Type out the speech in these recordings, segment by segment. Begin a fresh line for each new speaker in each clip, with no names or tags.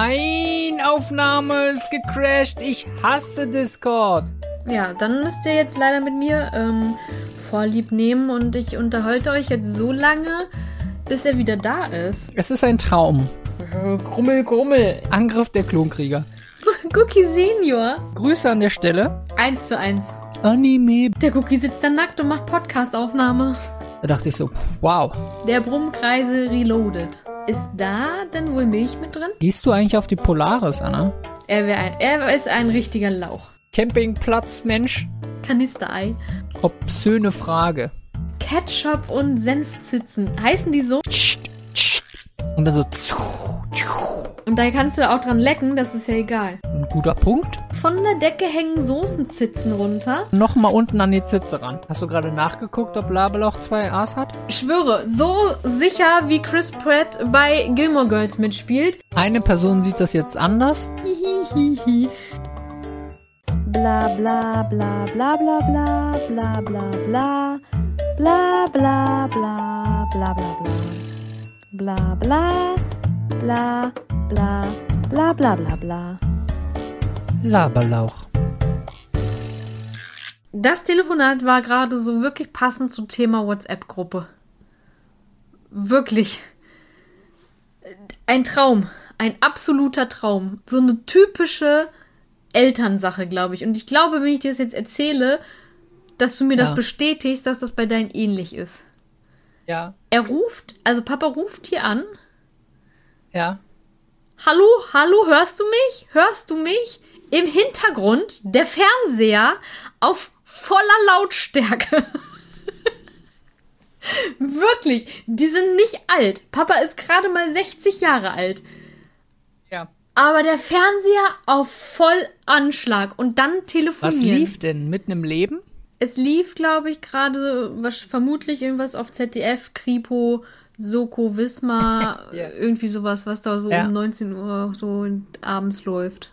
Nein, Aufnahme ist gecrashed. Ich hasse Discord.
Ja, dann müsst ihr jetzt leider mit mir ähm, Vorlieb nehmen und ich unterhalte euch jetzt so lange, bis er wieder da ist.
Es ist ein Traum.
Krummel, krummel.
Angriff der Klonkrieger.
Cookie Senior.
Grüße an der Stelle.
Eins zu eins.
Anime.
Der Cookie sitzt da nackt und macht Podcast-Aufnahme.
Da dachte ich so, wow.
Der Brummkreisel Reloaded. Ist da denn wohl Milch mit drin?
Gehst du eigentlich auf die Polaris, Anna?
Er, wär ein, er ist ein richtiger Lauch.
Campingplatz, Mensch.
Kanisterei.
Obszöne Frage.
Ketchup und Senfzitzen. Heißen die so?
Und dann so. tschuh.
Und da kannst du auch dran lecken, das ist ja egal.
Ein guter Punkt.
Von der Decke hängen Soßenzitzen runter.
Nochmal unten an die Zitze ran. Hast du gerade nachgeguckt, ob Labelauch zwei A's hat?
Schwöre, so sicher wie Chris Pratt bei Gilmore Girls mitspielt.
Eine Person sieht das jetzt anders.
Hihihihi.
bla bla bla bla bla bla bla bla bla bla bla bla bla bla bla bla bla bla bla bla bla bla
Labelauch.
Das Telefonat war gerade so wirklich passend zum Thema WhatsApp-Gruppe. Wirklich. Ein Traum. Ein absoluter Traum. So eine typische Elternsache, glaube ich. Und ich glaube, wenn ich dir das jetzt erzähle, dass du mir
Ja.
das bestätigst, dass das bei deinen ähnlich ist.
Ja,
Er ruft, also Papa ruft hier an.
ja.
Hallo, hallo, hörst du mich? Hörst du mich? Im Hintergrund der Fernseher auf voller Lautstärke. Wirklich, die sind nicht alt. Papa ist gerade mal 60 Jahre alt.
Ja.
Aber der Fernseher auf Vollanschlag und dann telefonieren.
Was lief denn? Mitten im Leben?
Es lief, glaube ich, gerade wasch- vermutlich irgendwas auf ZDF, Kripo, Soko, Wismar,
Ja.
äh, irgendwie sowas, was da so
Ja.
um 19 Uhr so abends läuft.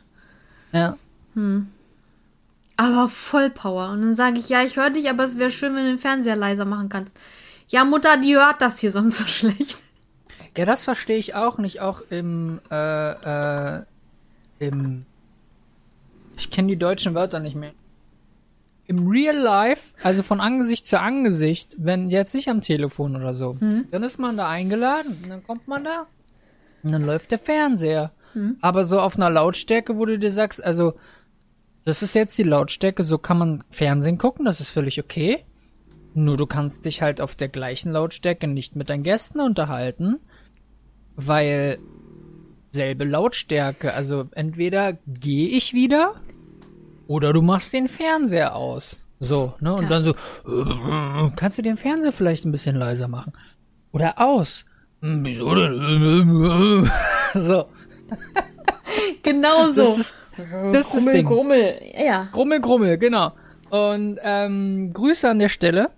Ja.
Aber Vollpower. Und dann sage ich, ja, ich höre dich, aber es wäre schön, wenn du den Fernseher leiser machen kannst. Ja, Mutter, die hört das hier sonst so schlecht.
Ja, das verstehe ich auch nicht. Auch im, äh, äh, im, ich kenne die deutschen Wörter nicht mehr. Im Real Life, also von Angesicht zu Angesicht, wenn jetzt nicht am Telefon oder so, dann ist man da eingeladen und dann kommt man da und dann läuft der Fernseher. Aber so auf einer Lautstärke, wo du dir sagst, also, das ist jetzt die Lautstärke, so kann man Fernsehen gucken, das ist völlig okay. Nur du kannst dich halt auf der gleichen Lautstärke nicht mit deinen Gästen unterhalten, weil selbe Lautstärke. Also entweder gehe ich wieder oder du machst den Fernseher aus. So, ne? Und
Ja.
dann so, kannst du den Fernseher vielleicht ein bisschen leiser machen? Oder aus. Hm, Wieso denn? So,
Genau so.
das ist das ist Ding.
Grummel. Ja.
Grummel, Grummel, genau. Und ähm, Grüße an der Stelle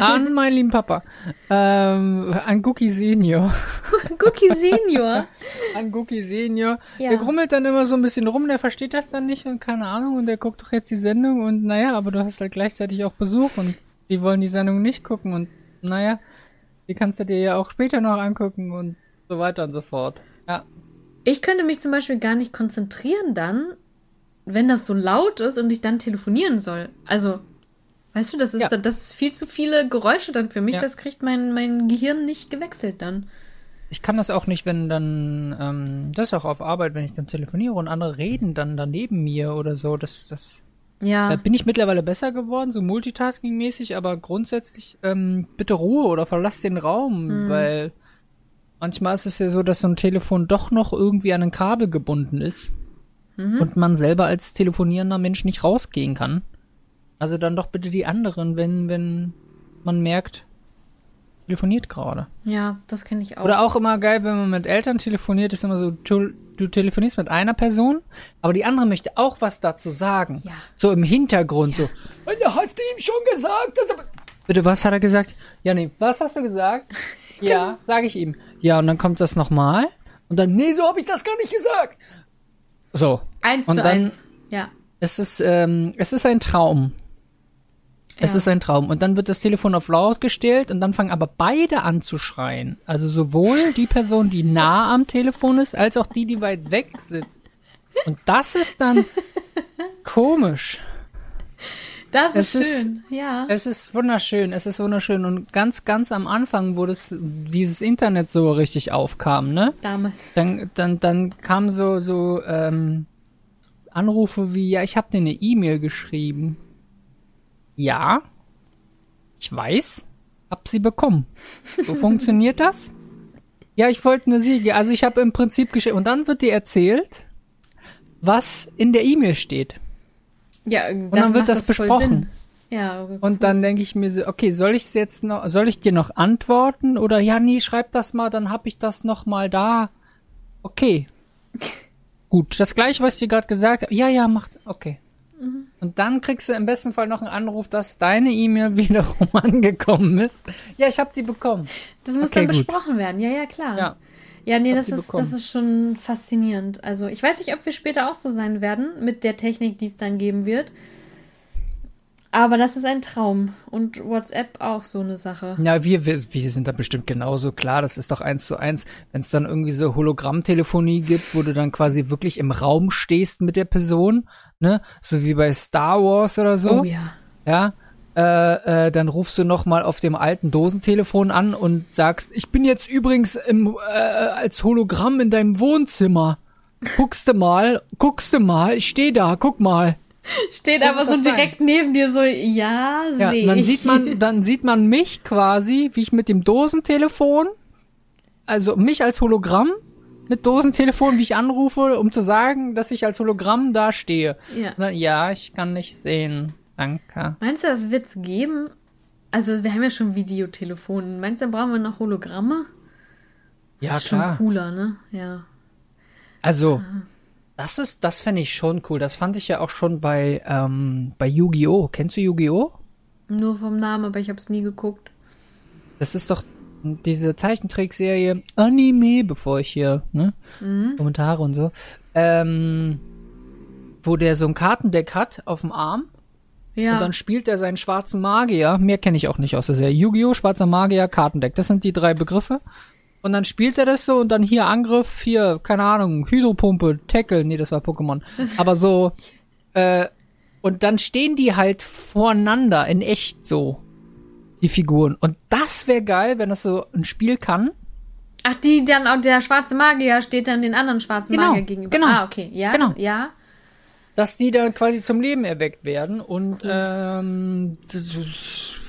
an meinen lieben Papa, ähm, an Cookie Senior.
Cookie Senior.
An Cookie Senior.
Ja.
Der grummelt dann immer so ein bisschen rum, der versteht das dann nicht und keine Ahnung und der guckt doch jetzt die Sendung und naja, aber du hast halt gleichzeitig auch Besuch und die wollen die Sendung nicht gucken und naja, die kannst du dir ja auch später noch angucken und so weiter und so fort. Ja,
Ich könnte mich zum Beispiel gar nicht konzentrieren dann, wenn das so laut ist und ich dann telefonieren soll. Also, weißt du, das ist,
Ja.
dann, das ist viel zu viele Geräusche dann für mich.
Ja.
Das kriegt mein, mein Gehirn nicht gewechselt dann.
ich kann das auch nicht, wenn dann, ähm, das auch auf Arbeit, wenn ich dann telefoniere und andere reden dann daneben mir oder so, das, das Da
Ja,
Äh, bin ich mittlerweile besser geworden, so multitasking-mäßig, aber grundsätzlich ähm, bitte Ruhe oder verlass den Raum, weil manchmal ist es ja so, dass so ein Telefon doch noch irgendwie an ein Kabel gebunden ist und man selber als telefonierender Mensch nicht rausgehen kann. Also dann doch bitte die anderen, wenn, wenn man merkt, telefoniert gerade.
ja, das kenne ich auch.
Oder auch immer geil, wenn man mit Eltern telefoniert, ist immer so, tu- du telefonierst mit einer Person, aber die andere möchte auch was dazu sagen.
Ja.
So im Hintergrund so. Und er hat ihm schon gesagt, dass er... Bitte, was hat er gesagt? Ja, nee, was hast du gesagt? ja, sage ich ihm. Ja, und dann kommt das nochmal. Und dann, nee, so habe ich das gar nicht gesagt. So,
eins
und
zu
dann-
eins. Ja.
es ist, ähm, es ist ein Traum. Es
Ja.
ist ein Traum. Und dann wird das Telefon auf laut gestellt und dann fangen aber beide an zu schreien. Also sowohl die Person, die nah am Telefon ist, als auch die, die weit weg sitzt. Und das ist dann komisch.
Das ist
Es ist-
schön, ja.
Es ist wunderschön, es ist wunderschön. Und ganz, ganz am Anfang, wo das, dieses Internet so richtig aufkam, ne?
Damals.
Dann, dann, dann kamen so, so ähm, Anrufe wie, ja, ich habe dir eine E-Mail geschrieben. Ja, ich weiß, hab sie bekommen. So funktioniert das? Ja, ich wollte eine Siege. Also ich habe im Prinzip geschrieben. Und dann wird dir erzählt, was in der E-Mail steht.
Ja,
Und dann wird das besprochen.
Ja,
Und dann denke ich mir so, okay, soll ich jetzt noch, soll ich dir noch antworten oder ja, nee, schreib das mal, dann hab ich das noch mal da. Okay. Gut, das gleiche, was ich dir gerade gesagt habe. Ja, ja, macht okay. Und dann kriegst du im besten Fall noch einen Anruf, dass deine E-Mail wiederum angekommen ist. Ja, ich hab die bekommen.
das muss
Okay,
dann
gut.
besprochen werden. Ja, ja, klar.
Ja.
Ja, nee,
Hab
das
die
ist,
bekommen.
das ist schon faszinierend. Also, ich weiß nicht, ob wir später auch so sein werden mit der Technik, die es dann geben wird. Aber das ist ein Traum. Und WhatsApp auch so eine Sache.
Ja, wir, wir, wir sind da bestimmt genauso klar. Das ist doch eins zu eins. Wenn es dann irgendwie so Hologrammtelefonie gibt, wo du dann quasi wirklich im Raum stehst mit der Person, ne? So wie bei Star Wars oder so.
Oh ja.
ja, äh, äh, dann rufst du nochmal auf dem alten Dosentelefon an und sagst, ich bin jetzt übrigens im, äh, als Hologramm in deinem Wohnzimmer. Guckst du mal, guckst du mal, ich stehe da, guck mal.
Steht
Muss
aber
das
so
sein?
direkt neben dir so, ja,
Ja,
sehe
dann
ich.
sieht man, dann sieht man mich quasi, wie ich mit dem Dosentelefon, also mich als Hologramm mit Dosentelefon, wie ich anrufe, um zu sagen, dass ich als Hologramm da stehe.
Ja.
Und Dann, ja, ich kann nicht sehen. Danke.
Meinst du, das wird's geben? Also, wir haben ja schon Videotelefonen. Meinst du, dann brauchen wir noch Hologramme?
Ja,
ist schon Ah. cooler, ne? Ja.
Also, das ist, das fände ich schon cool. Das fand ich ja auch schon bei, ähm, bei Yu-Gi-Oh! Kennst du Yu-Gi-Oh?
Nur vom Namen, aber ich habe es nie geguckt.
Das ist doch diese Zeichentrickserie Anime, bevor ich hier, ne? Kommentare und so. Ähm, wo der so ein Kartendeck hat auf dem Arm
Ja.
und dann spielt er seinen schwarzen Magier. Mehr kenne ich auch nicht aus der Serie. Yu-Gi-Oh! Schwarzer Magier, Kartendeck. Das sind die drei Begriffe. Und dann spielt er das so und dann hier Angriff, hier, keine Ahnung, Hydropumpe, Tackle, nee, das war Pokémon. Aber so, äh, und dann stehen die halt voreinander in echt so, die Figuren. Und das wäre geil, wenn das so ein Spiel kann.
Ach, die dann auch der schwarze Magier steht dann den anderen schwarzen
Genau,
Magier gegenüber.
genau,
Ah, okay. Ja.
genau.
Ja.
dass die dann quasi zum Leben erweckt werden und ähm, das ist-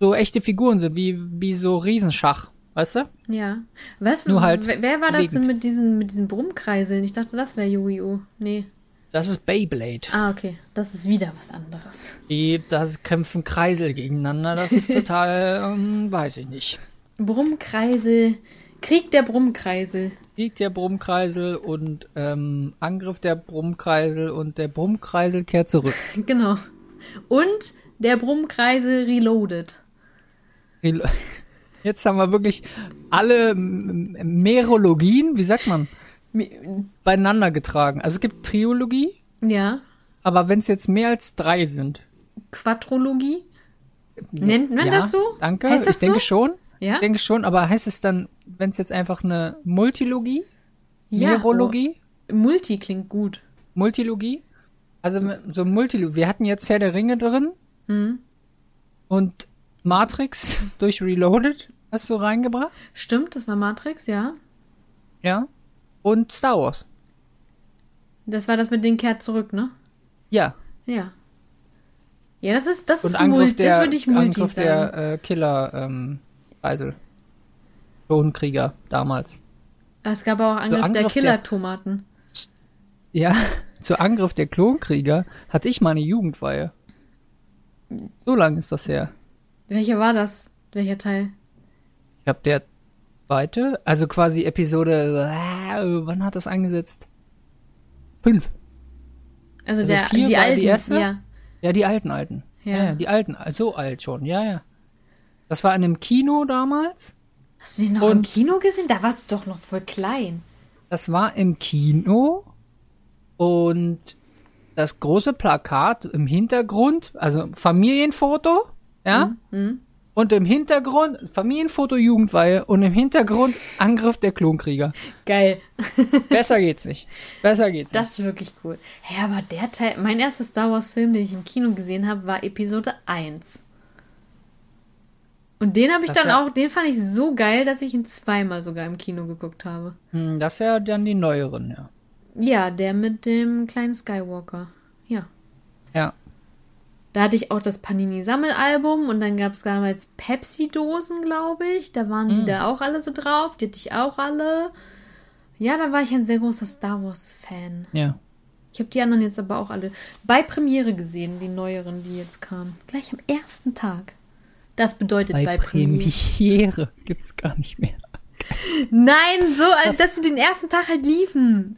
so echte Figuren sind, wie, wie so Riesenschach, weißt du?
Ja. Was,
Nur halt
wer, wer war das
bewegend.
denn mit diesen, mit diesen Brummkreiseln? Ich dachte, das wäre Yu-Gi-Oh! Nee.
Das ist Beyblade.
Ah, okay. Das ist wieder was anderes.
Die, das kämpfen Kreisel gegeneinander, das ist total, ähm, weiß ich nicht.
Brummkreisel. Krieg der Brummkreisel.
Sieg der Brummkreisel und ähm, Angriff der Brummkreisel und der Brummkreisel kehrt zurück.
Genau. Und der Brummkreisel reloaded.
Rel- Jetzt haben wir wirklich alle M- M- Merologien, wie sagt man, beieinander getragen. Also es gibt Triologie,
Ja.
Aber wenn es jetzt mehr als drei sind,
Quadrologie. Nennt man
ja,
das so?
Danke,
Heißt das
ich denke
so?
schon.
Ja?
Ich denke schon, aber heißt es dann, wenn es jetzt einfach eine Multilogie,
Ja,
Virologie,
oh, Multi klingt gut.
Multilogie? Also so Multilogie. Wir hatten jetzt Herr der Ringe drin
Hm.
und Matrix durch Reloaded hast du reingebracht,
Stimmt, das war Matrix, ja.
ja? Und Star Wars,
Das war das mit den Kehrt zurück, ne?
ja.
Ja. Ja, das ist, das
Und
ist
Angriff
Multi.
der,
Das würde ich Multi
Angriff
sagen.
der äh, Killer, ähm, Reisel. Lohnkrieger damals.
Ah, es gab auch Angriff, der
Angriff der-
Killer-Tomaten.
Ja, zu Angriff der Klonkrieger hatte ich meine Jugendweihe. So lange ist das her.
Welcher war das? Welcher Teil?
Ich habe der zweite, also quasi Episode, äh, wann hat das eingesetzt? Fünf.
Also,
Also
der,
vier
die
war die
alten.
erste?
Ja.
Ja, die alten, alten.
Ja.
Ja, ja die alten, al- so alt schon, ja, ja. Das war in einem Kino damals.
Hast du den noch im
Und-
Kino gesehen? Da warst du doch noch voll klein.
Das war im Kino und das große Plakat im Hintergrund, also Familienfoto, ja? Und im Hintergrund Familienfoto Jugendweihe und im Hintergrund Angriff der Klonkrieger.
Geil.
Besser geht's nicht. Besser geht's nicht.
Das ist wirklich cool. Hä, aber der Teil, mein erster Star Wars-Film, den ich im Kino gesehen habe, war Episode 1. Und den habe ich
Das
dann
ja-
auch, den fand ich so geil, dass ich ihn zweimal sogar im Kino geguckt habe.
Hm, Das ist ja dann die neueren, ja.
Ja, der mit dem kleinen Skywalker. Ja.
Ja.
Da hatte ich auch das Panini-Sammelalbum und dann gab es damals Pepsi-Dosen, glaube ich. Da waren
Mm.
die da auch alle so drauf. Die hatte ich auch alle. Ja, da war ich ein sehr großer Star Wars-Fan.
Ja.
Ich habe die anderen jetzt aber auch alle bei Premiere gesehen, die neueren, die jetzt kamen. Gleich am ersten Tag. Das bedeutet bei,
Bei
Premiere.
Premiere gibt's gar nicht mehr.
Nein, so als dass sie den ersten Tag halt liefen.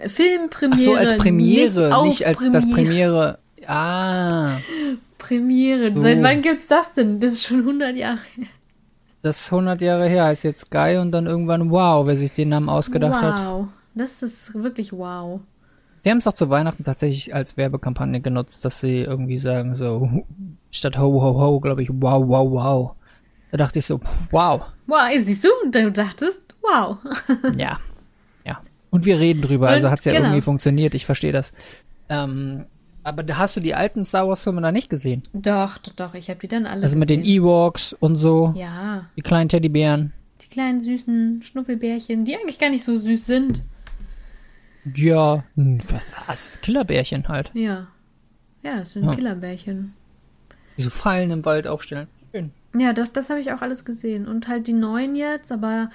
Ach
Filmpremiere.
so, als Premiere, nicht,
auf
als das Premiere. Ah,
Premiere.
So.
Seit wann gibt's das denn? Das ist schon 100 Jahre her.
das ist 100 Jahre her, heißt jetzt Sky und dann irgendwann Wow, wer sich den Namen ausgedacht hat.
wow. Das ist wirklich wow.
Sie haben es auch zu Weihnachten tatsächlich als Werbekampagne genutzt, dass sie irgendwie sagen so, statt Ho Ho Ho, glaube ich, Wow Wow Wow. Da dachte ich so, wow,
Wow, siehst du, du dachtest, wow.
ja, ja. Und wir reden drüber, also
Und
hat es ja
genau.
irgendwie funktioniert, ich verstehe das. Ähm, aber da hast du die alten Star Wars Filme da nicht gesehen?
Doch, doch, doch, ich habe die dann alle
Also mit den
gesehen.
Ewoks und so,
Ja,
die kleinen Teddybären.
die kleinen süßen Schnuffelbärchen, die eigentlich gar nicht so süß sind.
Ja, hm, was, was? Killerbärchen halt.
Ja. Ja, das sind
Ja.
Killerbärchen.
Die so Fallen im Wald aufstellen. Schön.
Ja, das, das habe ich auch alles gesehen. Und halt die neuen jetzt, aber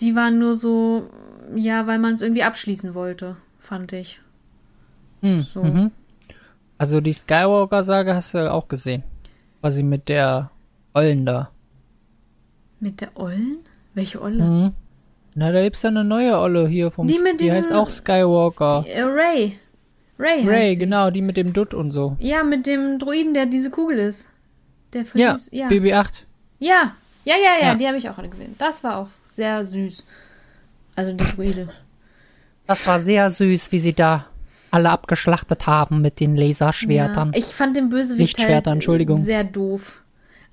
die waren nur so, ja, weil man es irgendwie abschließen wollte, fand ich.
Hm,
So.
Mhm. Also die Skywalker-Sage hast du auch gesehen. Quasi mit der Ollen da.
Mit der Ollen? Welche Olle?
Mhm. Na, da gibt's ja eine neue Olle hier vom
Die
Sk-
mit
die heißt
diesen-
auch Skywalker.
Äh, Ray. Ray, heißt
Ray,
sie.
genau, die mit dem Dutt und so.
Ja, mit dem Druiden, der diese Kugel ist. Der für
Ja,
süß. Ja.
BB-8.
ja, ja, ja, ja,
Ja.
die habe ich auch alle gesehen. Das war auch sehr süß. Also die Druide.
Das war sehr süß, wie sie da alle abgeschlachtet haben mit den Laserschwertern.
Ja, ich fand den Bösewicht halt
Lichtschwertern, Entschuldigung.
sehr doof.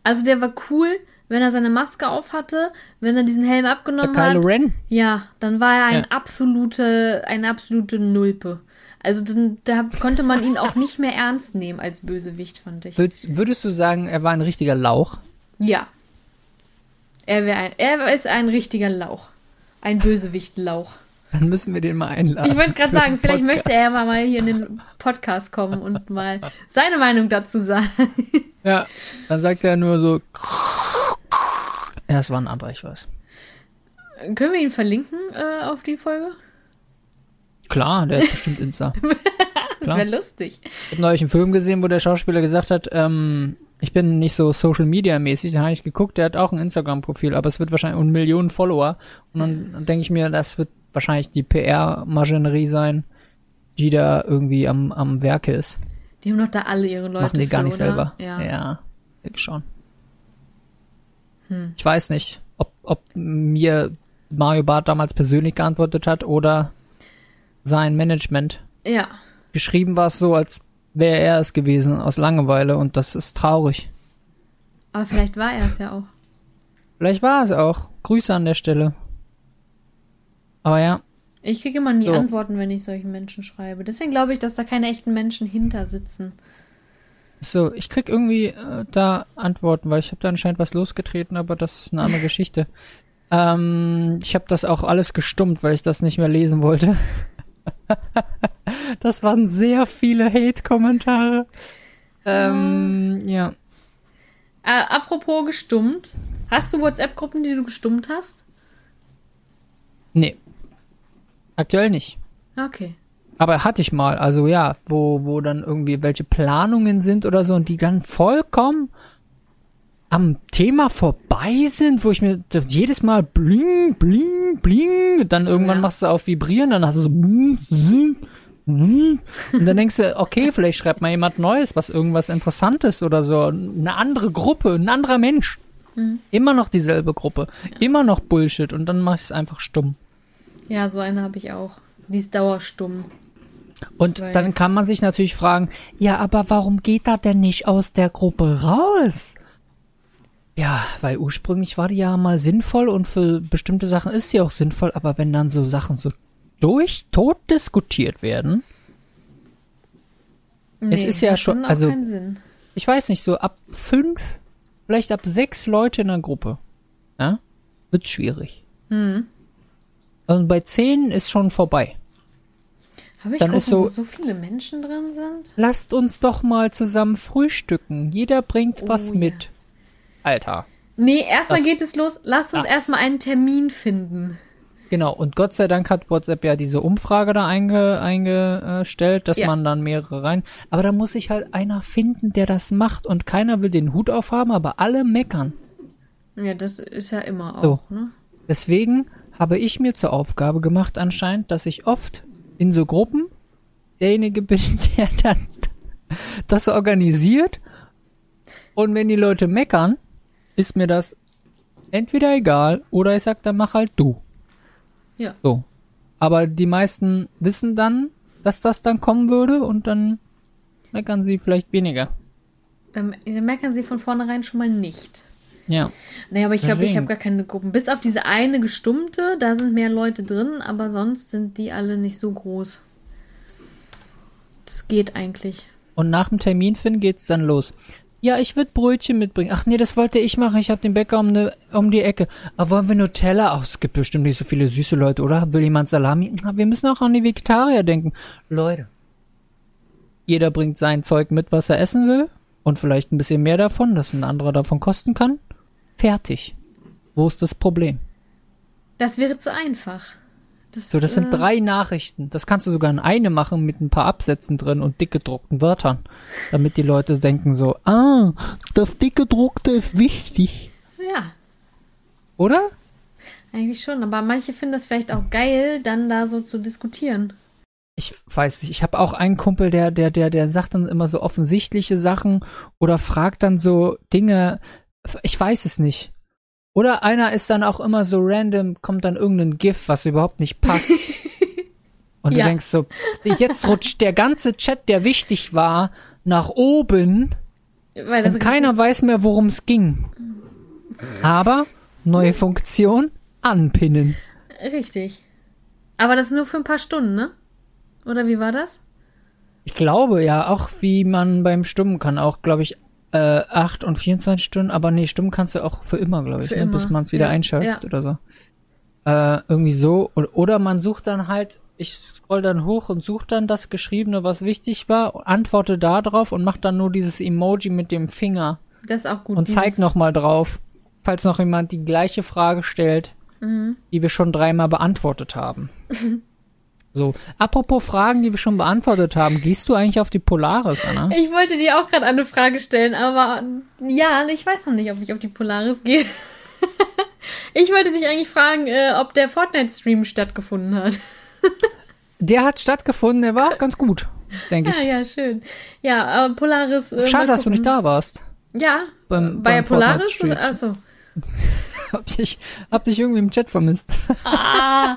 Also der war cool, wenn er seine Maske auf hatte, wenn er diesen Helm
Der
abgenommen
Kylo
hat.
Ren.
Ja, dann war er ein
Ja.
absolute, eine absolute Nulpe. Also dann, da konnte man ihn auch nicht mehr ernst nehmen als Bösewicht, fand ich.
Würdest, würdest du sagen, er war ein richtiger Lauch?
Ja. Er, wär ein, er ist ein richtiger Lauch. Ein Bösewicht-Lauch.
Dann müssen wir den mal einladen.
Ich wollte gerade
für
sagen,
den
vielleicht
Podcast.
möchte er mal, mal hier in den Podcast kommen und mal seine Meinung dazu sagen.
Ja, dann sagt er nur so. Ja, es war ein anderer, ich weiß.
Können wir ihn verlinken äh, auf die Folge?
Klar, der ist bestimmt Insta.
Das wäre lustig.
Ich habe neulich einen Film gesehen, wo der Schauspieler gesagt hat, ähm, ich bin nicht so Social Media mäßig. Dann habe ich geguckt, der hat auch ein Instagram-Profil, aber es wird wahrscheinlich und Millionen Follower. Und dann, dann denke ich mir, das wird wahrscheinlich die PR-Maschinerie sein, die da irgendwie am, am Werke ist.
Die haben doch da alle ihre Leute.
Machen die gar
für,
nicht
oder?
selber.
Ja.
ja denk schon.
Hm.
Ich weiß nicht, ob, ob mir Mario Barth damals persönlich geantwortet hat oder sein Management.
ja.
geschrieben war es so, als wäre er es gewesen aus Langeweile und das ist traurig.
Aber vielleicht war er es ja auch.
Vielleicht war es auch. Grüße an der Stelle. Aber ja,
Ich kriege immer nie
So.
Antworten, wenn ich solchen Menschen schreibe. Deswegen glaube ich, dass da keine echten Menschen hinter sitzen.
so, ich krieg irgendwie äh, da Antworten, weil ich habe da anscheinend was losgetreten, aber das ist eine andere Geschichte. Ähm, ich habe das auch alles gestummt, weil ich das nicht mehr lesen wollte. das waren sehr viele Hate-Kommentare. Ähm, ja.
Äh, apropos gestummt. Hast du WhatsApp-Gruppen, die du gestummt hast?
Nee. Aktuell nicht.
Okay.
Aber hatte ich mal, also ja, wo, wo dann irgendwie welche Planungen sind oder so und die dann vollkommen am Thema vorbei sind, wo ich mir das jedes Mal bling, bling, bling, dann irgendwann
Ja.
machst du auf vibrieren, dann hast du so bling, bling, bling. und dann denkst du, okay, vielleicht schreibt mal jemand Neues, was irgendwas Interessantes oder so, eine andere Gruppe, ein anderer Mensch. Immer noch dieselbe Gruppe, immer noch Bullshit und dann mach ich es einfach stumm.
Ja, so eine habe ich auch. Die ist dauerstumm.
Und
Weil-
dann kann man sich natürlich fragen, ja, aber warum geht er denn nicht aus der Gruppe raus? Ja, weil ursprünglich war die ja mal sinnvoll und für bestimmte Sachen ist sie auch sinnvoll, aber wenn dann so Sachen so durch tot diskutiert werden, Es ist ja
macht
schon-
dann auch
also-
keinen Sinn.
ich weiß nicht, so ab fünf, vielleicht ab sechs Leute in einer Gruppe, ja, wird schwierig.
Hm.
Mhm. Und bei zehn ist schon vorbei.
Habe ich
dann
gucken,
ist so-
wo so viele Menschen drin sind?
Lasst uns doch mal zusammen frühstücken. Jeder bringt was
Oh ja.
mit. Alter.
Nee, erstmal
Das-
geht es los. Lasst uns
das-
erstmal einen Termin finden.
Genau, und Gott sei Dank hat WhatsApp ja diese Umfrage da einge, eingestellt, dass
Ja.
man dann mehrere rein. Aber da muss sich halt einer finden, der das macht und keiner will den Hut aufhaben, aber alle meckern.
Ja, das ist ja immer
So.
auch, ne?
Deswegen habe ich mir zur Aufgabe gemacht anscheinend, dass ich oft in so Gruppen derjenige bin, der dann das organisiert. Und wenn die Leute meckern, ist mir das entweder egal oder ich sag, dann mach halt du.
Ja.
So. Aber die meisten wissen dann, dass das dann kommen würde und dann meckern sie vielleicht weniger.
Dann, dann merken Ähm, sie von vornherein schon mal nicht.
Ja.
Naja, aber ich glaube, ich
Deswegen.
habe gar keine Gruppen. Bis auf diese eine gestummte, da sind mehr Leute drin, aber sonst sind die alle nicht so groß. Das geht eigentlich.
Und nach dem Termin finden geht's dann los. Ja, ich würde Brötchen mitbringen. Ach nee, das wollte ich machen. Ich habe den Bäcker um, ne, um die Ecke. Aber wollen wir Nutella? Ach, es gibt bestimmt nicht so viele süße Leute, oder? Will jemand Salami? Na, Wir müssen auch an die Vegetarier denken. Leute. Jeder bringt sein Zeug mit, was er essen will. Und vielleicht ein bisschen mehr davon, dass ein anderer davon kosten kann. Fertig. Wo ist das Problem?
Das wäre zu einfach. Das,
So, das sind
äh,
drei Nachrichten. Das kannst du sogar in eine machen mit ein paar Absätzen drin und dick gedruckten Wörtern. Damit die Leute denken so, ah, das dick gedruckte ist wichtig.
Ja,
Oder?
eigentlich schon. Aber manche finden das vielleicht auch geil, dann da so zu diskutieren.
Ich weiß nicht, ich habe auch einen Kumpel, der, der, der, der sagt dann immer so offensichtliche Sachen oder fragt dann so Dinge, ich weiß es nicht. Oder einer ist dann auch immer so random, kommt dann irgendein GIF, was überhaupt nicht passt. Und
Ja.
du denkst so, jetzt rutscht der ganze Chat, der wichtig war, nach oben.
Weil das
Und keiner weiß mehr, worum es ging. Aber neue Funktion anpinnen.
Richtig. Aber das nur für ein paar Stunden, ne? Oder wie war das?
Ich glaube ja, auch wie man beim Stummen kann, auch glaube ich äh, 8 und 24 Stunden, aber nee, Stummen kannst du auch für immer, glaube ich,
Für
ne? bis
immer.
man es wieder
Ja,
einschaltet
ja.
oder so. Äh, irgendwie so. Oder, oder man sucht dann halt, ich scroll dann hoch und suche dann das Geschriebene, was wichtig war, antworte da drauf und mach dann nur dieses Emoji mit dem Finger.
Das ist auch gut.
und
dieses-
zeig nochmal drauf, falls noch jemand die gleiche Frage stellt,
Mhm.
die wir schon dreimal beantwortet haben. so, apropos Fragen, die wir schon beantwortet haben, gehst du eigentlich auf die Polaris, Anna?
Ich wollte dir auch gerade eine Frage stellen, aber ja, ich weiß noch nicht, ob ich auf die Polaris gehe. ich wollte dich eigentlich fragen, äh, ob der Fortnite-Stream stattgefunden hat.
Der hat stattgefunden, der war auch ganz gut, denke ich.
Ja, ja, schön. Ja, äh, Polaris. Äh,
Schade,
mal
dass du nicht
gucken.
da warst.
Ja,
beim-
bei
beim
Polaris?
Fortnite-Stream.
Oder? Achso.
Hab dich, hab dich irgendwie im Chat vermisst.
Ah.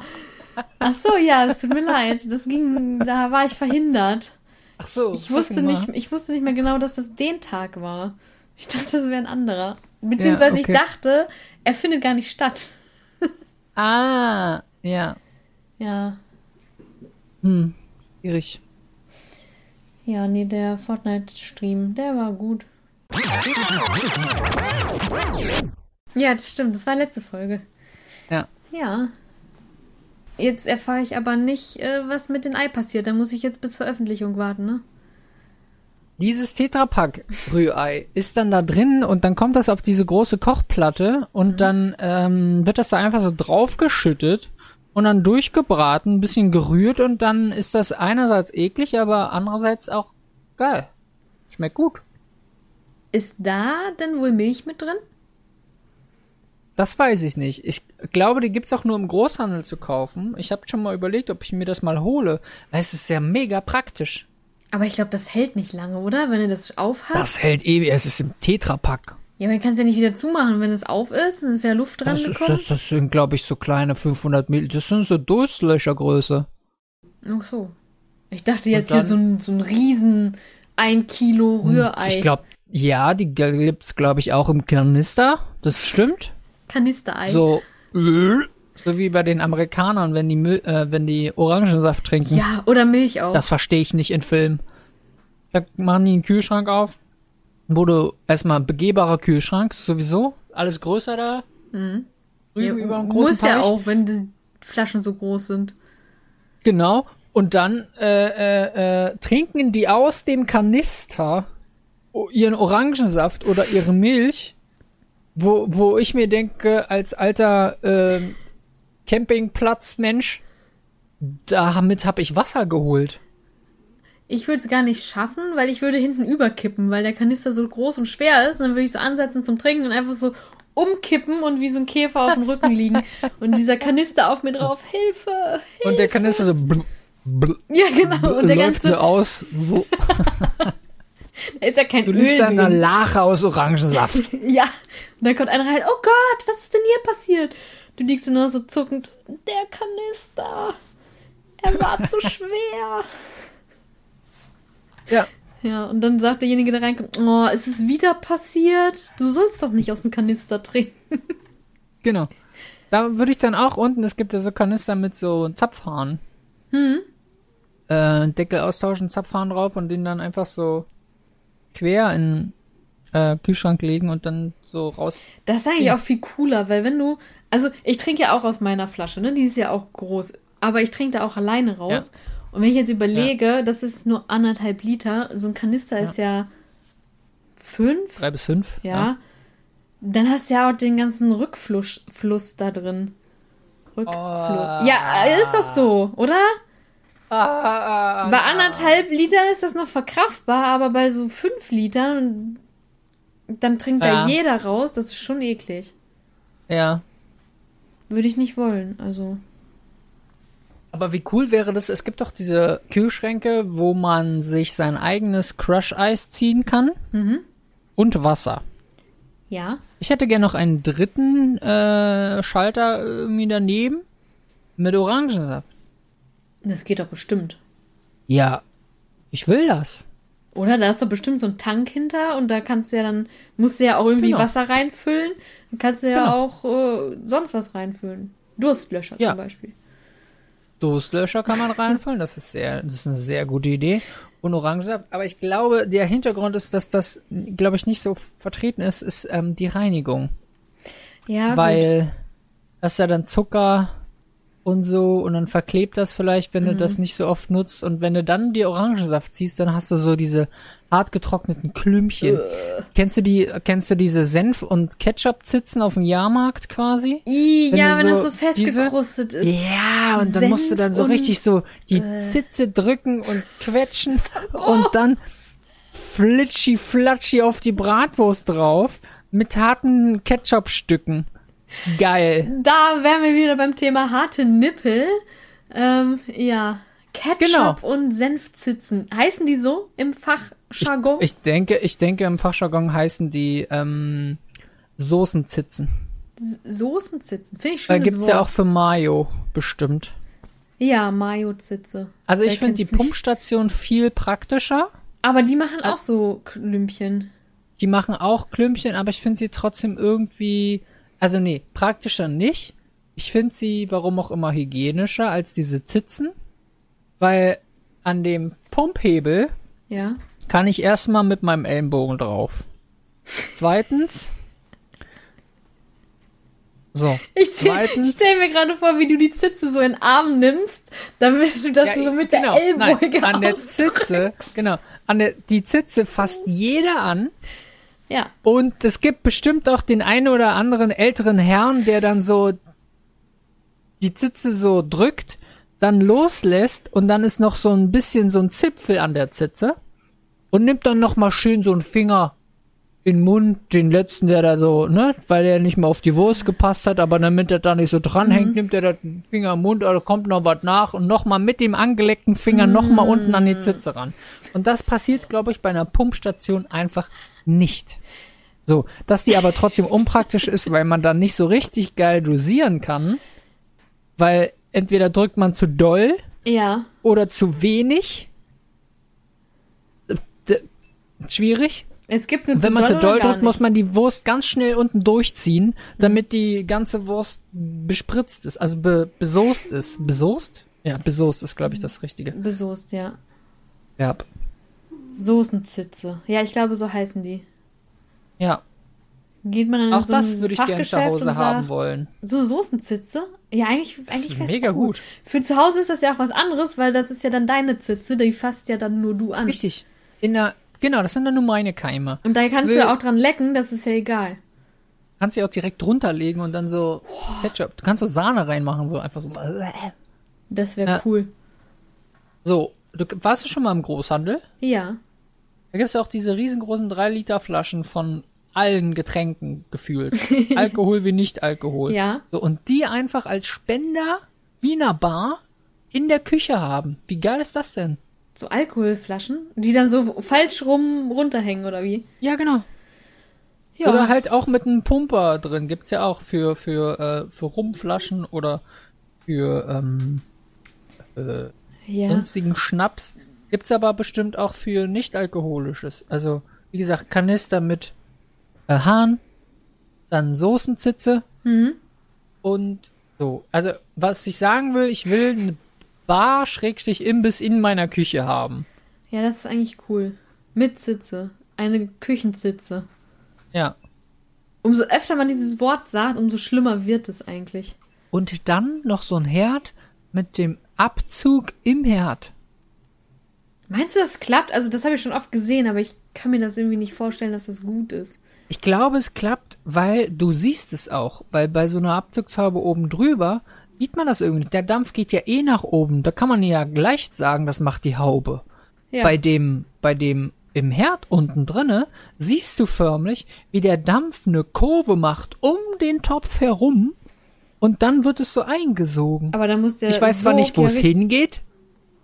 Ach so, ja, es tut mir leid. Das ging, da war ich verhindert.
Ach so,
Ich wusste nicht, ich wusste nicht mehr genau, dass das den Tag war. Ich dachte, es wäre ein anderer. Beziehungsweise
okay.
ich dachte, er findet gar nicht statt.
Ah, ja,
Ja.
schwierig.
Ja, nee, der Fortnite-Stream, der war gut. Ja, das stimmt, das war letzte Folge.
Ja.
Ja. Jetzt erfahre ich aber nicht, äh, was mit den Ei passiert. Da muss ich jetzt bis Veröffentlichung warten, ne?
Dieses Tetrapack Rührei ist dann da drin und dann kommt das auf diese große Kochplatte und dann ähm, wird das da einfach so draufgeschüttet und dann durchgebraten, ein bisschen gerührt und dann ist das einerseits eklig, aber andererseits auch geil. Schmeckt gut.
Ist da denn wohl Milch mit drin?
Das weiß ich nicht. Ich glaube, die gibt's auch nur im Großhandel zu kaufen. Ich habe schon mal überlegt, ob ich mir das mal hole. Weil Es ist ja mega praktisch.
Aber ich glaube, das hält nicht lange, oder? Wenn du das aufhast.
Das hält ewig. Es ist im Tetrapack.
Ja, aber du kannst ja nicht wieder zumachen, wenn es auf ist. Dann ist ja Luft dran
Das, ist,
gekommen.
das, das sind, glaube ich, so kleine 500 Milliliter. Das sind so Durstlöchergröße.
Ach so. Ich dachte jetzt
Und Hm,
hier so ein, so ein riesen ein Kilo Rührei.
Also Ich glaube, ja, die gibt's glaube ich auch im Kanister. Das stimmt.
Kanisterei.
So Öl, so wie bei den Amerikanern, wenn die Mü äh, wenn die Orangensaft trinken.
Ja, oder Milch auch.
hm. Das verstehe ich nicht in Filmen. Da machen die einen Kühlschrank auf, wo du erstmal ein begehbarer Kühlschrank sowieso, alles größer da. Mhm.
ja,
über einen großen
muss ja
Teich.
auch, wenn die Flaschen so groß sind.
Genau. Und dann äh, äh, äh, trinken die aus dem Kanister o- ihren Orangensaft oder ihre Milch, wo, wo ich mir denke, als alter ähm, Campingplatzmensch, damit habe ich Wasser geholt.
Ich würde es gar nicht schaffen, weil ich würde hinten überkippen, weil der Kanister so groß und schwer ist. Und dann würde ich so ansetzen zum Trinken und einfach so umkippen und wie so ein Käfer auf dem Rücken liegen. Und dieser Kanister auf mir drauf, Hilfe!
Und der Kanister so bl bl
Ja, genau. Und der
läuft so
ganze,
aus. Wo,
da ist ja kein
du
Öl
liegst an einer
drin.
Lache aus Orangensaft.
Ja. Und dann kommt einer rein, oh Gott, was ist denn hier passiert? Du liegst nur so zuckend, der Kanister, er war zu schwer.
ja.
Ja, und dann sagt derjenige, der reinkommt, oh, ist es wieder passiert? Du sollst doch nicht aus dem Kanister trinken.
Genau. Da würde ich dann auch unten, es gibt ja so Kanister mit so Zapfhahn. Hm. Äh, Deckel austauschen, Zapfhahn drauf und den dann einfach so quer in äh, Kühlschrank legen und dann so raus.
Das ist eigentlich auch viel cooler, weil wenn du, also ich trinke ja auch aus meiner Flasche, ne? Die ist ja auch groß, aber ich trinke da auch alleine raus. Und wenn ich jetzt überlege, das ist nur anderthalb Liter, so ein Kanister ist ja fünf,
Drei bis fünf.
ja. Dann hast du ja auch den ganzen Rückfluss Fluss da drin. Rückfluss.
Oh.
Ja, ist das so, oder?
Oh
Bei anderthalb Litern ist das noch verkraftbar, aber bei so fünf Litern, dann trinkt
Ja.
da jeder raus. Das ist schon eklig.
Ja.
Würde ich nicht wollen. Also,
Aber wie cool wäre das? Es gibt doch diese Kühlschränke, wo man sich sein eigenes Crush-Eis ziehen kann. Und Wasser.
ja.
Ich hätte gerne noch einen dritten äh, Schalter irgendwie daneben mit Orangensaft.
Das geht doch bestimmt.
Ja, ich will das.
Oder? Da ist doch bestimmt so ein Tank hinter und da kannst du ja dann, musst du ja auch irgendwie
Genau.
Wasser reinfüllen. Dann kannst du ja
Genau.
auch äh, sonst was reinfüllen. Durstlöscher
Ja.
zum Beispiel.
Durstlöscher kann man reinfüllen, das ist sehr, das ist eine sehr gute Idee. Und Orangensaft. Aber ich glaube, der Hintergrund ist, dass das, glaube ich, nicht so vertreten ist, ist ähm, die Reinigung.
Ja, gut.
weil das ist ja dann Zucker und so und dann verklebt das vielleicht, wenn du das nicht so oft nutzt. Und wenn du dann die Orangensaft ziehst, dann hast du so diese hart getrockneten Klümpchen. Kennst du die, kennst du diese Senf- und Ketchup-Zitzen auf dem Jahrmarkt quasi?
I,
wenn
ja,
du
wenn das
so
so festgekrustet ist.
Ja, und dann
Senf
musst du dann so
und-
richtig so die Zitze drücken und quetschen und dann flitschi flatschi auf die Bratwurst drauf mit harten Ketchupstücken. Geil.
Da wären wir wieder beim Thema harte Nippel. Ähm, ja.
Genau.
Ketchup und Senfzitzen. Heißen die so im Fachjargon?
Ich denke, ich denke im Fachjargon heißen die ähm, Soßenzitzen.
Soßenzitzen. Finde ich
Da
schön.
gibt's ja auch für Mayo bestimmt.
Ja, Mayo-Zitze.
Also
Wer
ich finde die
kennt's nicht?
Pumpstation viel praktischer.
Aber die machen auch so Klümpchen.
Die machen auch Klümpchen, aber ich finde sie trotzdem irgendwie, also nee, praktischer nicht. Ich finde sie, warum auch immer, hygienischer als diese Zitzen, weil an dem Pumphebel
Ja.
kann ich erstmal mit meinem Ellenbogen drauf. Zweitens. So.
Ich stelle
Zweitens-
stell mir gerade vor, wie du die Zitze so in den Arm nimmst, damit du das
Ja,
so mit
genau.
der Ellbogen
Nein, an der
aus-
Zitze, genau. An der, die Zitze fasst jeder an.
Ja.
Und es gibt bestimmt auch den einen oder anderen älteren Herrn, der dann so die Zitze so drückt, dann loslässt und dann ist noch so ein bisschen so ein Zipfel an der Zitze und nimmt dann noch mal schön so einen Finger in den Mund, den letzten, der da so, ne, weil er nicht mal auf die Wurst gepasst hat, aber damit er da nicht so dranhängt, nimmt er da den Finger im Mund, also kommt noch was nach und noch mal mit dem angeleckten Finger noch mal unten an die Zitze ran. Und das passiert, glaube ich, bei einer Pumpstation einfach nicht. So, dass die aber trotzdem unpraktisch ist, weil man dann nicht so richtig geil dosieren kann, weil entweder drückt man zu doll
Ja.
oder zu wenig. D- Schwierig.
Es gibt nur
Wenn man zu doll
oder gar
drückt, muss
nicht. Mhm.
man die Wurst ganz schnell unten durchziehen, damit die ganze Wurst bespritzt ist, also be besoßt ist. Besoßt? Ja, besoßt ist, glaube ich, das richtige
Besoßt, ja.
Verb.
Soßenzitze. Ja, ich glaube, so heißen die.
Ja,
Geht man in
auch
so ein
das würde ich gerne zu
Fachgeschäft und
Hause
sagt,
haben wollen.
So Soßenzitze? Ja, eigentlich,
Das
eigentlich
ist
wär's
mega
cool.
gut.
Für zu Hause ist das ja auch was anderes, weil das ist ja dann deine Zitze, die fasst ja dann nur du an.
Richtig. In der, genau, das sind dann nur meine Keime.
Und da kannst
will-
du auch dran lecken, das ist ja egal.
Kannst sie auch direkt runterlegen und dann so Ketchup. Du kannst so Sahne reinmachen, so einfach so.
Das wäre
Ja.
cool.
So, du warst du schon mal im Großhandel?
Ja.
Da gibt's ja auch diese riesengroßen 3-Liter-Flaschen von allen Getränken gefühlt. Alkohol wie Nicht-Alkohol.
Ja.
So, und die einfach als Spender wie in einer Bar in der Küche haben. Wie geil ist das denn?
So Alkoholflaschen, die dann so falsch rum runterhängen, oder wie?
Ja, genau.
Ja.
Oder halt auch mit einem Pumper drin. Gibt's ja auch für, für, äh, für Rumflaschen oder für ähm, äh,
ja.
sonstigen Schnaps. Gibt's aber bestimmt auch für nicht-alkoholisches. Also, wie gesagt, Kanister mit äh, Hahn, dann Soßenzitze
Mhm.
und so. Also, was ich sagen will, ich will eine Bar schrägstrich Imbiss in meiner Küche haben.
ja, das ist eigentlich cool. Mit Sitze. Eine Küchensitze.
Ja.
Umso öfter man dieses Wort sagt, umso schlimmer wird es eigentlich.
Und dann noch so ein Herd mit dem Abzug im Herd.
Meinst du, das klappt? Also, das habe ich schon oft gesehen, aber ich kann mir das irgendwie nicht vorstellen, dass das gut ist.
Ich glaube, es klappt, weil du siehst es auch. Weil bei so einer Abzugshaube oben drüber sieht man das irgendwie nicht. Der Dampf geht ja eh nach oben. Da kann man ja leicht sagen, das macht die Haube.
Ja.
Bei dem, bei dem im Herd unten drinne siehst du förmlich, wie der Dampf eine Kurve macht um den Topf herum und dann wird es so eingesogen.
aber dann muss der.
ich weiß zwar
so
nicht, wo
ja
es
richtig-
hingeht,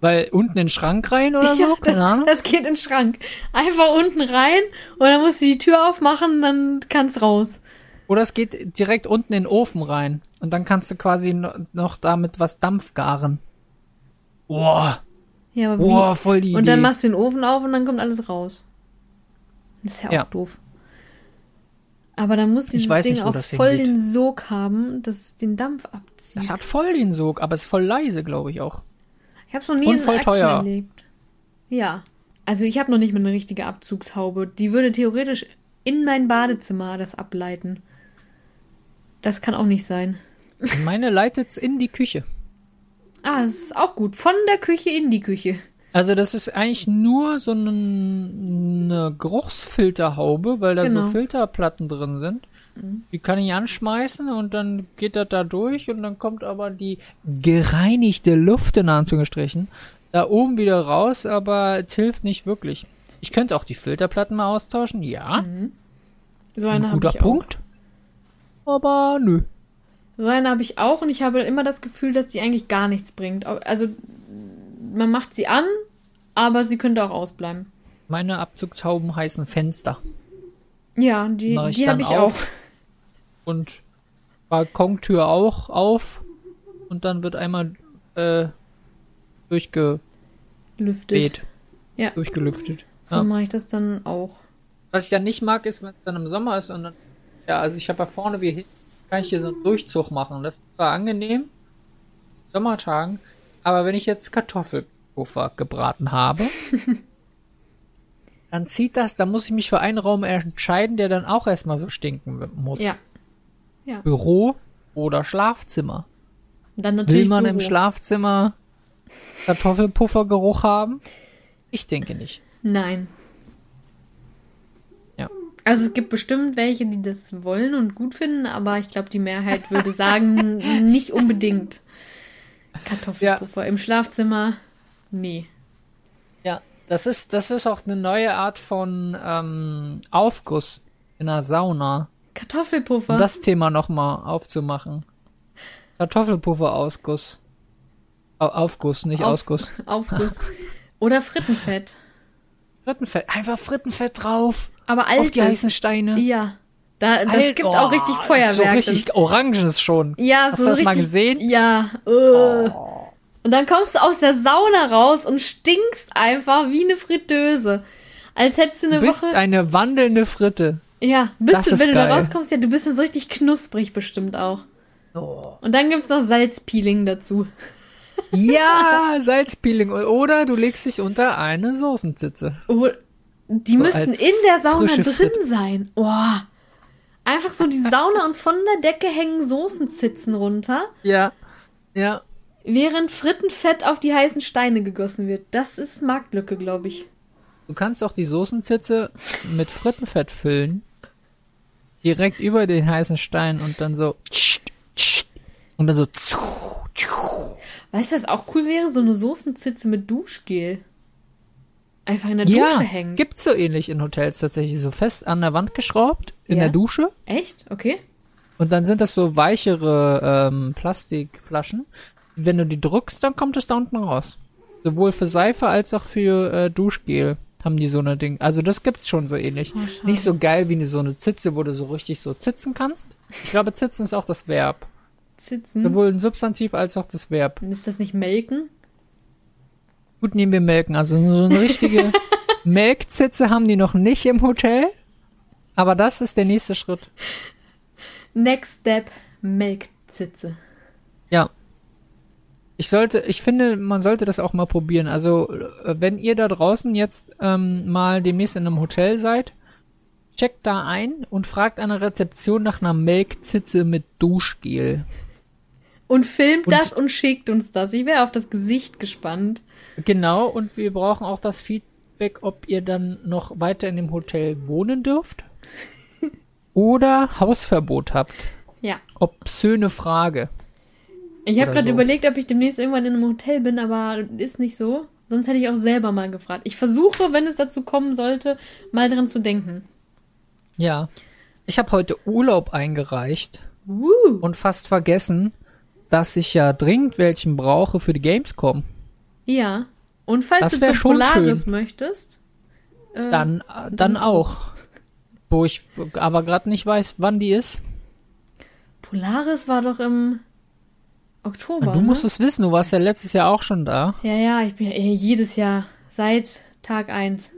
weil unten in den Schrank rein oder so, keine Ahnung.
Das geht in den Schrank. Einfach unten rein und dann musst du die Tür aufmachen und dann kann's raus.
Oder es geht direkt unten in den Ofen rein. Und dann kannst du quasi no- noch damit was Dampf garen. Boah,
Ja, aber wie?
boah voll die
und dann
Idee.
machst du den Ofen auf und dann kommt alles raus. Das ist ja auch
Ja.
doof. Aber dann muss dieses
weiß
Ding
nicht, wo
auch
das
voll
hingeht.
den Sog haben, dass es den Dampf abzieht.
Das hat voll den Sog, aber ist voll leise, glaube ich auch.
Ich habe noch nie
Und
in
voll
Action
teuer.
erlebt. Ja. Also ich habe noch nicht mal eine richtige Abzugshaube. Die würde theoretisch in mein Badezimmer das ableiten. Das kann auch nicht sein.
Und meine leitet's in die Küche.
Ah, das ist auch gut. Von der Küche in die Küche.
Also das ist eigentlich nur so eine, eine Geruchsfilterhaube, weil da
Genau. Mhm.
so Filterplatten drin sind. Die kann ich anschmeißen und dann geht das da durch und dann kommt aber die gereinigte Luft in Anführungsstrichen da oben wieder raus, aber es hilft nicht wirklich. Ich könnte auch die Filterplatten mal austauschen, ja,
So
ein
eine habe
guter
Mhm. ich auch.
Punkt. Aber nö.
So eine habe ich auch und ich habe immer das Gefühl, dass die eigentlich gar nichts bringt. Au- Also man macht sie an, aber sie könnte auch ausbleiben.
Meine Abzugshauben heißen Fenster
Ja, die,
Mach ich
die habe
dann
ich auch.
auf. und Balkontür auch auf und dann wird einmal äh, durchgeweht,
Lüftet. Ja.
durchgelüftet.
So
Ja.
mache ich das dann auch.
Was ich ja nicht mag, ist, wenn es dann im Sommer ist und dann, ja, also ich habe ja vorne wie hinten, kann ich hier so einen Durchzug machen. Das war angenehm, Sommertagen, aber wenn ich jetzt Kartoffelpuffer gebraten habe, dann zieht das, dann muss ich mich für einen Raum entscheiden, der dann auch erstmal so stinken muss.
Ja.
Büro oder Schlafzimmer.
Dann natürlich
Will man
Büro.
im Schlafzimmer Kartoffelpuffergeruch haben? Ich denke nicht.
Nein.
Ja.
Also es gibt bestimmt welche, die das wollen und gut finden, aber ich glaube, die Mehrheit würde sagen, nicht unbedingt. Kartoffelpuffer im Schlafzimmer, nee.
Ja, das ist, das ist auch eine neue Art von ähm, Aufguss in der Sauna, um
Kartoffelpuffer,
das Thema nochmal aufzumachen. Kartoffelpuffer-Ausguss. Au- Aufguss, nicht
Auf-
Ausguss.
Aufguss oder Frittenfett.
Frittenfett, einfach Frittenfett drauf.
Aber
Auf die
altes,
heißen Steine.
ja. Da, das
Alt-
gibt
oh,
auch richtig Feuerwerk.
So richtig orangen ist schon.
ja,
Hast
so
du das Oh.
richtig,
mal gesehen?
Ja. Äh. Und dann kommst du aus der Sauna raus und stinkst einfach wie eine Fritteuse. Als hättest du eine
Du bist
Woche.
eine wandelnde Fritte.
ja,
Das
bist du,
ist
wenn du da
geil.
rauskommst, ja, du bist dann so richtig knusprig bestimmt auch.
Oh.
Und dann gibt's noch Salzpeeling dazu.
Ja, Salzpeeling. Oder du legst dich unter eine Soßensitze.
Oh, die müssen
als
in der Sauna
frische
drin
Frit-
sein. Oh. Einfach so die Sauna und von der Decke hängen Soßenzitzen runter,
Ja. Ja.
während Frittenfett auf die heißen Steine gegossen wird. Das ist Marktlücke, glaube ich.
Du kannst auch die Soßenzitze mit Frittenfett füllen. Direkt über den heißen Stein und dann so. Und dann so.
Weißt du, was auch cool wäre? So eine Soßenzitze mit Duschgel. Einfach in der
Ja,
Dusche hängen.
gibt's so ähnlich in Hotels tatsächlich. So fest an der Wand geschraubt, in
Ja.
der Dusche.
Echt? Okay.
Und dann sind das so weichere ähm, Plastikflaschen. Wenn du die drückst, dann kommt es da unten raus. Sowohl für Seife als auch für äh, Duschgel haben die so eine Ding. Also das gibt's schon so ähnlich.
Oh, schade.
Nicht so geil wie eine, so eine Zitze, wo du so richtig so zitzen kannst. Ich glaube, zitzen ist auch das Verb.
Sitzen.
Sowohl ein Substantiv als auch das Verb.
Ist das nicht melken?
Gut, nehmen wir melken. Also so eine richtige Melkzitze haben die noch nicht im Hotel. Aber das ist der nächste Schritt.
Next Step, Melkzitze.
Ja. Ich sollte, ich finde, man sollte das auch mal probieren. Also, äh, wenn ihr da draußen jetzt ähm, mal demnächst in einem Hotel seid, checkt da ein und fragt an der Rezeption nach einer Melkzitze mit Duschgel.
Und filmt
Und-
das und schickt uns das. Ich wäre auf das Gesicht gespannt.
Genau, und wir brauchen auch das Feedback, ob ihr dann noch weiter in dem Hotel wohnen dürft oder Hausverbot habt.
Ja.
Obszöne Frage.
Ich habe
Oder
gerade
so.
überlegt, ob ich demnächst irgendwann in einem Hotel bin, aber ist nicht so. Sonst hätte ich auch selber mal gefragt. Ich versuche, wenn es dazu kommen sollte, mal dran zu denken.
Ja. Ich habe heute Urlaub eingereicht.
Woo.
und fast vergessen, dass ich ja dringend welchen brauche für die Gamescom.
Ja. Und falls
Das
du
wär
zu
schon
Polaris möchtest, äh,
Dann, äh, dann auch. Wo ich aber gerade nicht weiß, wann die ist.
Polaris war doch im Oktober.
Ah, Du musst
ne?
es wissen, du warst ja letztes Jahr auch schon da.
Ja, ja, ich bin ja eh jedes Jahr seit Tag 1.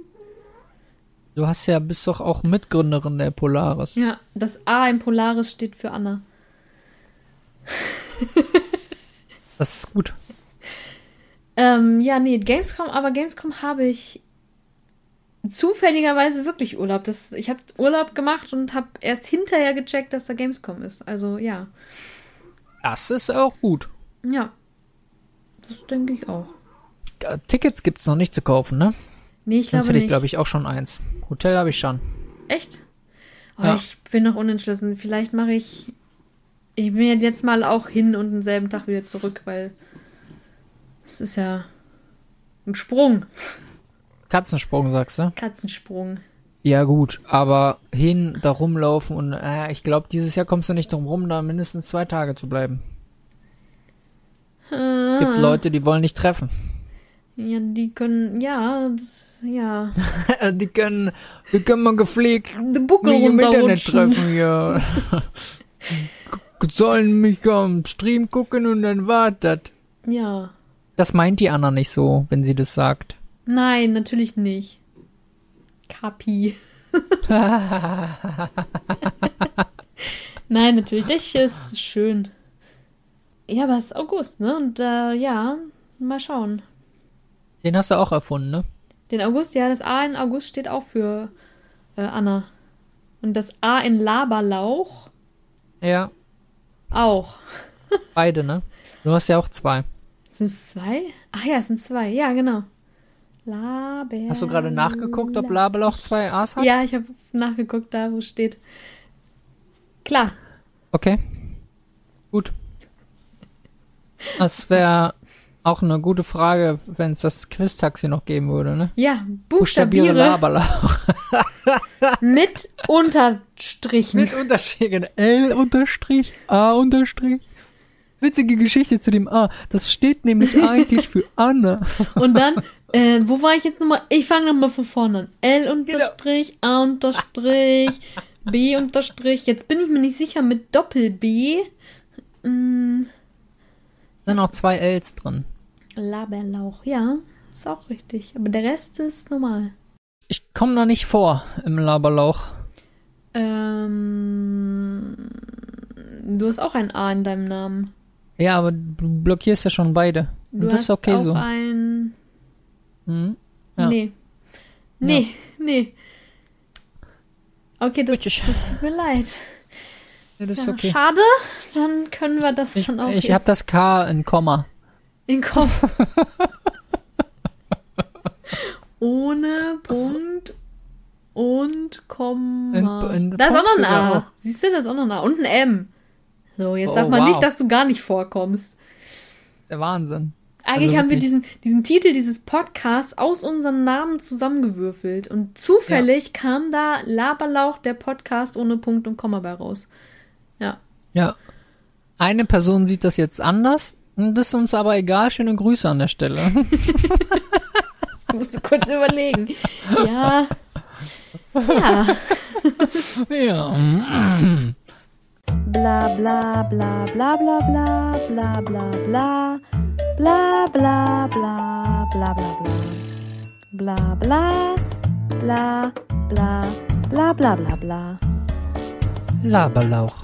Du hast ja bist doch auch Mitgründerin der Polaris.
Ja, das A in Polaris steht für Anna.
Das ist gut.
Ähm, ja, nee, Gamescom, aber Gamescom habe ich zufälligerweise wirklich Urlaub. Das, ich habe Urlaub gemacht und habe erst hinterher gecheckt, dass da Gamescom ist. Also ja.
Das ist auch gut.
Ja. Das denke ich auch.
Äh, Tickets gibt's noch nicht zu kaufen, ne?
Nee,
Sonst
ich glaube
hätte ich,
nicht.
glaube ich, auch schon eins. Hotel habe ich schon.
Echt? Oh,
Ja.
Ich bin noch unentschlossen. Vielleicht mache ich. Ich bin ja jetzt mal auch hin und denselben Tag wieder zurück, weil es ist ja ein Sprung.
Katzensprung, sagst du?
Katzensprung.
Ja, gut, aber hin, da rumlaufen und äh, ich glaube, dieses Jahr kommst du nicht drum rum, da mindestens zwei Tage zu bleiben. Gibt Leute, die wollen dich treffen.
Ah, Ja, die können. Ja, das, ja.
Die können, die können mal gepflegt
Die Buckel
mich im Internet
runterrutschen.
treffen, ja. Die Sollen mich am Stream gucken und dann wartet.
Ja.
Das meint die Anna nicht so, wenn sie das sagt.
Nein, natürlich nicht. Kapi. Nein, natürlich. Das ist schön. Ja, aber es ist August, ne? Und äh, ja, mal schauen.
Den hast du auch erfunden, ne?
Den August, ja, das A in August steht auch für äh, Anna. Und das A in Laberlauch
Ja,
auch.
beide, ne? Du hast ja auch zwei.
Sind es zwei? Ach ja, es sind zwei. Ja, genau. Laber.
Hast du gerade nachgeguckt, ob Labelauch zwei A's hat?
Ja, ich habe nachgeguckt, da wo es steht. Klar.
Okay. Gut. Das wäre auch eine gute Frage, wenn es das Quiz-Taxi noch geben würde, ne?
Ja,
Buchstabiere
buchstabiere
Laberlauch.
mit Unterstrichen.
Mit Unterstrichen. L unterstrich, A unterstrich. Witzige Geschichte zu dem A. Das steht nämlich eigentlich für Anna.
Und dann, äh, wo war ich jetzt nochmal? Ich fange nochmal von vorne an. L unterstrich, A unterstrich, B unterstrich. Jetzt bin ich mir nicht sicher mit Doppel B. Mm,
Da sind auch zwei Ls drin.
Laberlauch, ja, ist auch richtig. Aber der Rest ist normal.
Ich komme noch nicht vor im Laberlauch.
Ähm, du hast auch ein A in deinem Namen.
Ja, aber du blockierst ja schon beide. Und
Du
das
hast
ist okay
auch
so.
ein.
Mhm. Ja.
Nee. Nee, nee. Okay, das, das tut mir leid.
Ja, das ist
Ja,
okay.
Schade, dann können wir das
Ich,
dann auch
ich habe das K in Komma.
in Kopf. Ohne Punkt und Komma.
In- in
da ist auch noch
Punkt
ein
sogar
A. Siehst du, da ist auch noch ein A. Und ein M. So, jetzt
Oh,
sag mal
wow.
nicht, dass du gar nicht vorkommst.
Der Wahnsinn.
Eigentlich
Also
haben wir
wirklich.
diesen, diesen Titel dieses Podcasts aus unseren Namen zusammengewürfelt. Und zufällig kam da Laberlauch, der Podcast ohne Punkt und Komma bei raus. Ja.
Ja. Eine Person sieht das jetzt anders. und Das ist uns aber egal. Schöne Grüße an der Stelle.
Musst du kurz überlegen. Ja. Ja.
ja.
Bla bla bla bla bla bla bla bla bla bla bla bla bla bla bla bla bla bla bla bla bla bla bla
Laberlauch.